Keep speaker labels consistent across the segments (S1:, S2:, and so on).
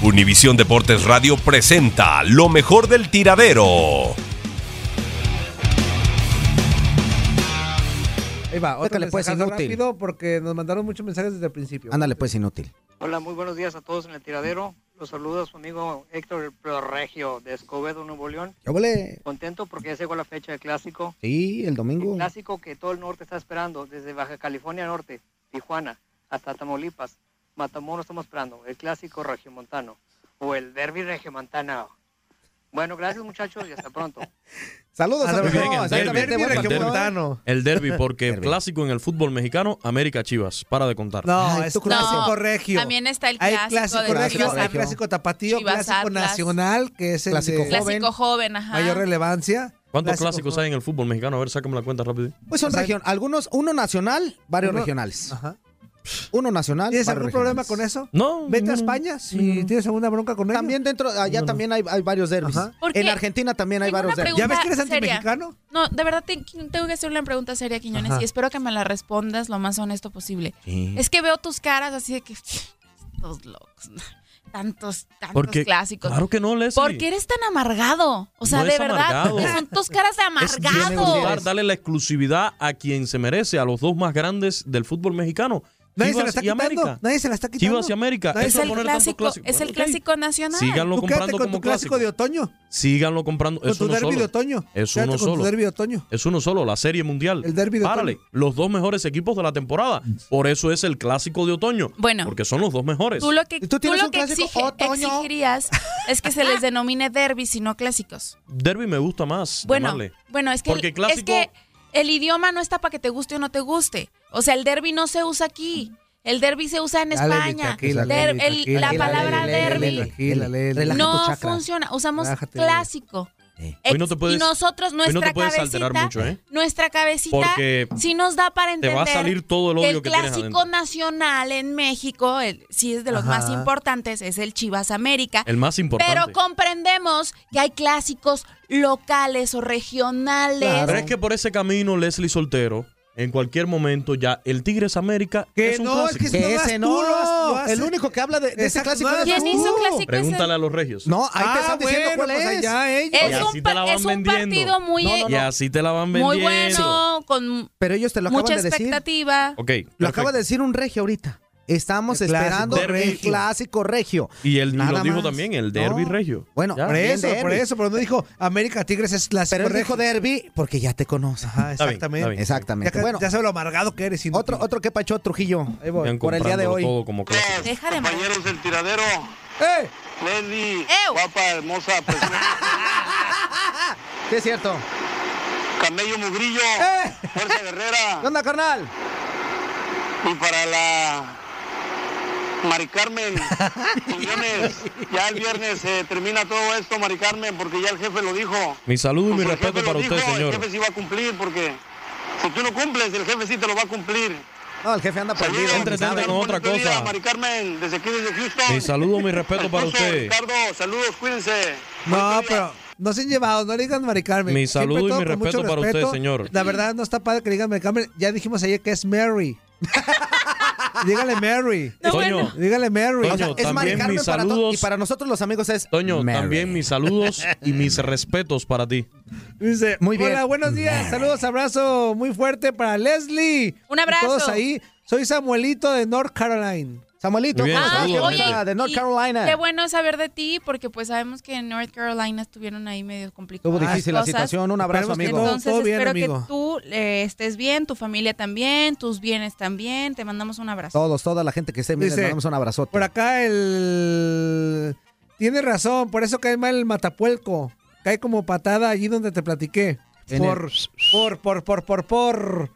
S1: Univisión Deportes Radio presenta lo mejor del tiradero.
S2: Ahí va,
S3: Otro
S2: ótale pues,
S3: mensajazo
S2: inútil.
S3: rápido porque nos mandaron muchos mensajes desde el principio.
S2: Ándale pues, inútil.
S4: Hola, muy buenos días a todos en el tiradero. Los saluda su amigo Héctor el Pro Regio de Escobedo, Nuevo León.
S2: Ya volé.
S4: Contento porque ya llegó la fecha del clásico.
S2: Sí, el
S4: El
S2: domingo.
S4: clásico que todo el norte está esperando, desde Baja California Norte, Tijuana, hasta Tamaulipas. Matamoros estamos esperando, el clásico regiomontano o el derby regiomontano. Bueno, gracias muchachos y hasta pronto.
S2: Saludos,
S3: Ah,
S2: saludos.
S3: bien,
S2: No,
S3: el
S2: exactamente,
S3: derbi
S2: buen partido.
S3: regiomontano.
S5: El derby, porque
S2: Derbi.
S5: clásico en el fútbol mexicano, América Chivas. Para de contar.
S3: No,
S2: Ay,
S3: es
S2: tú crees.
S3: clásico
S6: No,
S3: regio.
S6: También está el
S3: Hay
S6: clásico,
S3: clásico
S6: del
S3: regio,
S6: Chivas
S3: hay
S6: Atlas.
S3: clásico tapatío,
S6: Chivas
S3: clásico
S6: Atlas.
S3: nacional, que es el
S2: Clásico
S3: de
S2: joven.
S6: Clásico joven, ajá.
S3: mayor relevancia.
S5: ¿Cuántos
S3: Clásico
S5: clásicos
S3: joven.
S5: hay en el fútbol mexicano? A ver, sácame la cuenta rápido.
S2: Pues son
S3: O sea,
S2: región, algunos, uno nacional, varios
S3: uno-
S2: regionales.
S3: Ajá.
S2: Uno nacional,
S3: ¿Tienes
S2: varios
S3: algún problema
S2: regionales. Mm.
S3: con eso?
S5: No.
S3: Vete a
S5: no, no.
S3: España si tienes alguna bronca con ellos.
S2: También dentro, allá
S5: No, no.
S2: también hay, hay varios derbis.
S3: Ajá.
S6: ¿Por
S2: En
S6: qué?
S2: Argentina también hay
S6: Tengo
S2: varios
S6: una
S2: derbis.
S3: ¿Ya ves que eres
S6: Pregunta seria.
S3: antimexicano?
S6: No, de verdad te- tengo que hacer una pregunta seria, Quiñones,
S3: Ajá.
S6: y espero que me la respondas lo más honesto posible.
S2: Sí.
S6: Es que veo tus caras así de que. Estos locos. Tantos, tantos
S5: Porque-
S6: clásicos.
S5: Claro que no, Leslie.
S6: ¿Por qué eres tan amargado? O sea,
S5: No
S6: de
S5: es
S6: verdad,
S5: amargado.
S6: son tus caras de
S5: Es bien
S6: amargado.
S5: jugar, darle la exclusividad a quien se merece, a los dos más grandes del fútbol mexicano.
S3: Nadie se la
S5: Chivas
S3: está
S5: y
S3: quitando.
S5: América.
S3: Nadie se la está quitando.
S5: Chivas y América.
S3: Nadie
S6: Es
S5: Eso
S3: se-
S5: de
S6: el
S5: poner tantos
S6: clásico,
S5: clásicos.
S6: es el
S5: Ok.
S6: clásico nacional.
S5: Síganlo
S3: Tú quédate
S5: comprando
S3: con tu
S5: como
S3: clásico
S5: clásico.
S3: de otoño.
S5: Síganlo comprando.
S3: Con
S5: Es
S3: tu
S5: uno
S3: derby de
S5: solo.
S3: otoño.
S5: Es
S3: Quédate
S5: uno
S3: con tu
S5: solo.
S3: derby de otoño.
S5: Es uno solo, la Serie Mundial.
S3: El derbi de
S5: Párale,
S3: otoño.
S5: los dos mejores equipos de la temporada. Por eso es el clásico de otoño.
S6: Bueno.
S5: Porque son los dos mejores.
S6: Tú lo que,
S2: ¿Tú
S6: tú
S2: tienes
S6: lo
S2: un
S6: que
S2: clásico
S6: exige-
S2: otoño?
S6: exigirías es que se les denomine derbis y no clásicos.
S5: Derby me gusta más.
S6: Bueno,
S5: llamarle.
S6: bueno, es que,
S5: Porque
S6: el,
S5: clásico-
S6: es que el idioma no está para que te guste o no te guste. O sea, el derby no se usa aquí. El derby se usa en
S3: Dale, Lili,
S6: España.
S3: tranquila,
S6: Der-
S3: Lili,
S6: el-
S3: tranquila,
S6: la
S3: Lili,
S6: palabra
S3: Lili, Lili,
S6: derby
S3: Tranquila, Lili.
S2: Relaja tu
S6: no
S2: chakra.
S6: funciona. Usamos
S3: Relájate, Lili.
S6: clásico.
S2: Sí.
S6: Ex-
S5: Eh, Hoy no te
S6: y
S5: puedes-
S6: nosotros,
S5: Hoy no
S6: nuestra
S5: te puedes
S6: cabecita,
S5: alterar mucho, ¿eh?
S6: nuestra cabecita,
S5: Porque
S6: si nos da para
S5: te
S6: entender
S5: va a salir todo el
S6: que
S5: odio
S6: el
S5: que tienes
S6: clásico
S5: adentro.
S6: nacional en México, el- sí es de los más
S3: Ajá.
S6: importantes, es el Chivas América.
S5: El más importante.
S6: Pero comprendemos que hay clásicos locales o regionales.
S3: Claro.
S5: Pero es que por ese camino, Leslie Soltero, en cualquier momento ya el Tigres América
S3: Que
S5: es un
S3: no,
S5: clásico.
S3: es que-
S2: Que
S3: No,
S2: ese no,
S3: no, lo has- lo hace.
S2: el único que habla de, de ese
S3: Exacto,
S2: clásico
S3: no,
S2: eres
S6: ¿Quién
S2: tú.
S6: hizo clásico?
S5: Pregúntale a los regios.
S2: No, ahí te
S3: Ah,
S2: están diciendo
S3: bueno,
S2: cuál
S3: pues
S2: es.
S3: allá ellos.
S6: Es
S5: Y así
S6: un,
S5: te
S6: par-
S5: la van
S6: es un
S5: vendiendo.
S6: partido muy, e-
S2: No, no,
S5: Y así te la van vendiendo.
S6: muy bueno, con
S2: Pero ellos te lo acaban
S6: mucha
S2: de decir.
S6: expectativa.
S5: Ok.
S2: Lo
S5: perfecto.
S2: acaba de decir un regio ahorita. Estamos
S3: El clásico
S2: esperando el
S3: regio.
S2: clásico regio.
S5: Y él y
S2: Nada
S5: lo dijo
S2: más.
S5: también, el derby
S2: No.
S5: regio.
S2: Bueno,
S5: Ya.
S3: Por
S2: bien
S3: eso,
S2: derbi.
S3: por eso, pero no dijo América Tigres es clásico
S2: Pero él
S3: regio.
S2: dijo derby porque ya te conoce.
S3: Ajá,
S5: Está bien, está
S3: exactamente.
S5: bien.
S3: Ya,
S2: Exactamente. Bueno,
S3: ya sabe lo amargado que eres. inútil.
S2: otro, otro que pachó Trujillo
S3: Ahí voy.
S5: Están
S2: por el día de
S5: comprándolo
S2: hoy.
S5: todo como clásico.
S6: Deja de mal.
S7: del tiradero,
S2: ¡Eh!
S7: Leslie,
S6: ¡Ew!
S7: guapa, hermosa, pues,
S2: Sí, es cierto.
S7: Camello Mugrillo,
S2: ¡Eh!
S7: Fuerza Guerrera,
S2: ¿Qué onda, carnal?
S7: y para la Mari Carmen, Quiñones, ya el viernes se termina todo esto, Mari Carmen, porque ya el jefe lo dijo.
S5: Mi saludo y mi
S7: Pues el jefe
S5: respeto
S7: lo
S5: para
S7: dijo,
S5: usted, señor.
S7: El jefe sí va a cumplir, porque si tú no cumples, el jefe sí te lo va a cumplir.
S2: No, el jefe anda perdido.
S7: Saludos,
S5: Entretente
S7: saben,
S5: Pues con
S7: un
S5: otra
S7: bonito día,
S5: cosa.
S7: Mari Carmen, desde aquí, desde Houston.
S5: Mi saludo, mi respeto
S7: Al
S5: para
S7: Ruso,
S5: usted.
S7: Ricardo, saludos, cuídense.
S3: No,
S7: Bonito día.
S3: pero no se han llevado, no le digan Mari Carmen.
S5: Mi
S3: Siempre
S5: saludo y
S3: todo
S5: mi
S3: con mucho
S5: respeto para usted, señor.
S3: La verdad no está padre que le digan Mari Carmen. Ya dijimos ayer que es Mary. Dígale Mary.
S6: No,
S5: Toño,
S6: bueno.
S3: Dígale Mary.
S5: Toño,
S2: O sea, es Mari
S5: también
S2: Carmen
S5: mis
S2: para todos.
S5: saludos.
S2: Y para nosotros los amigos es.
S5: Toño,
S2: Mary.
S5: también mis saludos y mis respetos para ti.
S3: Dice,
S2: Muy bien.
S3: Hola, buenos días. Saludos, abrazo muy fuerte para Leslie.
S6: Un abrazo.
S3: Y todos ahí. Soy Samuelito de North Carolina.
S2: Samuelito,
S5: Muy bien,
S3: Ah,
S2: ¿cómo estás?
S5: saludos,
S2: ¿Qué
S5: oye,
S2: onda? de North
S6: y
S2: Carolina.
S6: Qué bueno saber de ti, porque pues sabemos que en North Carolina estuvieron ahí medio complicadas.
S2: Estuvo difícil la
S6: cosas.
S2: situación. Un abrazo,
S3: Esperemos que
S2: amigo.
S3: todo-
S6: Entonces
S3: bien,
S6: espero
S3: amigo.
S6: que tú eh, estés bien, tu familia también, tus bienes también. Te mandamos un abrazo.
S2: Todos, toda la gente que esté bien, les
S3: Dice,
S2: mandamos un abrazote.
S3: Por acá el... Tiene razón, por eso cae mal el matapuelco. Cae como patada allí donde te platiqué.
S2: En
S3: Por, por, por, por, por, por.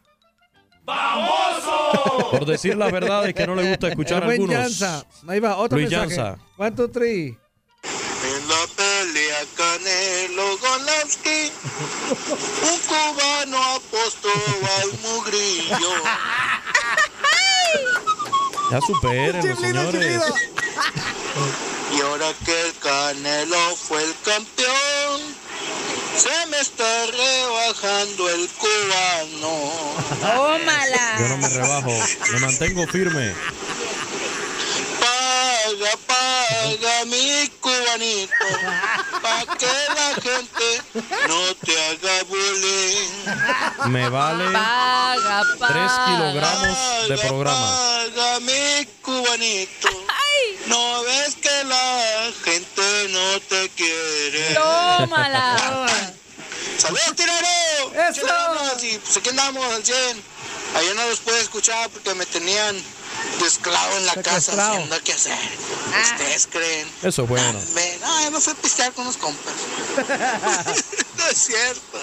S5: Por decir las verdades que no le gusta escuchar
S3: El
S5: a
S3: buen
S5: algunos.
S3: Llanza. Ahí va, otro
S5: Luis
S3: mensaje.
S5: Llanza.
S3: One, two, three.
S7: En la pelea Canelo Golansky, un cubano apostó al mugrillo.
S5: Ya superen, señores.
S7: Y ahora que el Canelo fue el campeón, se me está rebajando el cubano.
S2: Ah.
S5: Yo no
S6: ¡Tómala!
S5: me rebajo, me mantengo firme.
S7: Paga, paga mi cubanito, pa' que la gente no te haga bullying.
S5: Me vale
S6: Paga, paga.
S5: 3 kilogramos de
S7: Paga,
S5: programa.
S7: paga, mi cubanito. No ves que la gente no te quiere.
S6: ¡Tómala!
S7: ¡Saludos, tirero!
S3: ¡Eso!
S7: Chilenos, Y pues aquí andamos al 100. Ayer no los pude escuchar porque me tenían de esclavo en la casa
S3: Secuestrado.
S7: haciendo qué hacer. ¿Ustedes creen?
S5: Eso es bueno.
S7: Hombre, No, yo me fui a pistear con unos compas. no es cierto.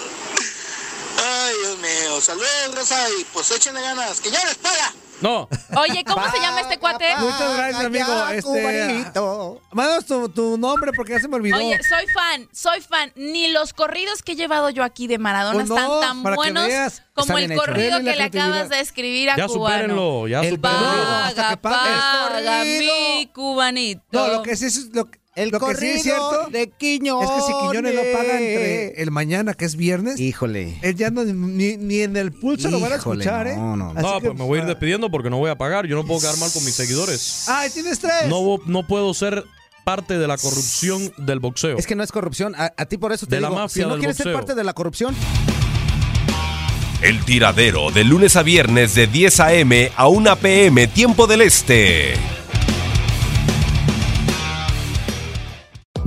S7: Ay, Dios mío. Saludos, Rosa. Y pues échenle ganas. ¡Que ya les paga!
S5: No,
S6: Oye, ¿cómo se llama este cuate?
S3: Muchas gracias, amigo.
S2: Ya,
S3: Este,
S2: cubanito.
S3: Mándanos tu, tu nombre porque ya se me olvidó.
S6: Oye, soy fan, soy fan. Ni los corridos que he llevado yo aquí de Maradona
S3: Pues no,
S6: están tan
S3: para que
S6: buenos
S3: veas.
S6: como
S2: Está
S6: el
S2: bien hecho.
S6: corrido
S3: Denle la
S6: que le acabas
S3: creatividad.
S6: de escribir a
S5: ya
S6: cubano.
S5: supérenlo, ya
S2: El
S5: supérenlo.
S2: barrio. Hasta
S6: Paga,
S2: que pague.
S6: paga,
S2: El
S6: mi cubanito.
S3: No, lo que sí es, lo, que-
S2: El
S3: lo que
S2: corrido
S3: sí es cierto
S2: de Quiñones.
S3: es que si Quiñones no paga entre el mañana, que es viernes,
S2: Híjole.
S3: él ya no- ni, ni en el pulso lo van a
S2: Híjole,
S3: escuchar, ¿eh?
S2: no, no, no.
S3: Así
S5: No,
S3: que,
S5: pues me voy a ir
S3: ah,
S5: despidiendo porque no voy a pagar. Yo no puedo quedar mal con mis seguidores.
S3: ¡Ay, tienes tres!
S5: No, vo- no puedo ser parte de la corrupción del boxeo.
S2: Es que no es corrupción. A, a ti por eso te
S5: De la
S2: digo,
S5: mafia
S2: si no
S5: del
S2: quieres ser
S5: boxeo.
S2: parte de la corrupción,
S1: El tiradero de lunes a viernes de 10 a.m. a 1 p.m. tiempo del este.